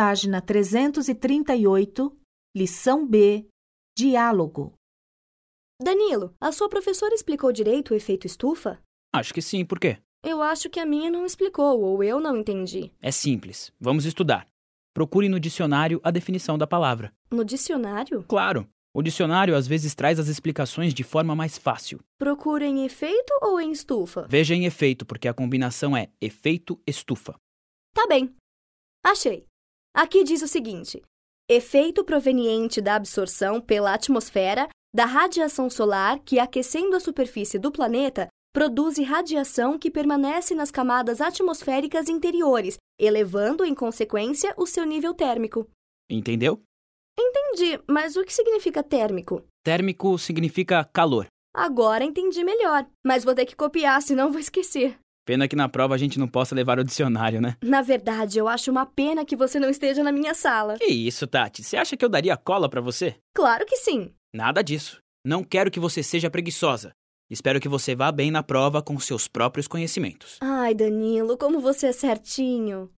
Página 338, lição B, diálogo. Danilo, a sua professora explicou direito o efeito estufa? Acho que sim, por quê? Eu acho que a minha não explicou ou eu não entendi. É simples. Vamos estudar. Procure no dicionário a definição da palavra. No dicionário, Claro, o dicionário às vezes traz as explicações de forma mais fácil. procura em efeito ou em estufa? Veja em efeito, porque a combinação é efeito estufa. Tá bem. Achei. Aqui diz o seguinte: efeito proveniente da absorção pela atmosfera da radiação solar que, aquecendo a superfície do planeta, produz radiação que permanece nas camadas atmosféricas interiores, elevando, em consequência, o seu nível térmico. Entendeu? Entendi, mas o que significa térmico? Térmico significa calor. Agora entendi melhor, mas vou ter que copiar, senão vou esquecer. Pena que na prova a gente não possa levar o dicionário, né? Na verdade, eu acho uma pena que você não esteja na minha sala. Que isso, Tati? Você acha que eu daria cola pra você? Claro que sim. Nada disso. Não quero que você seja preguiçosa. Espero que você vá bem na prova com seus próprios conhecimentos. Ai, Danilo, como você é certinho.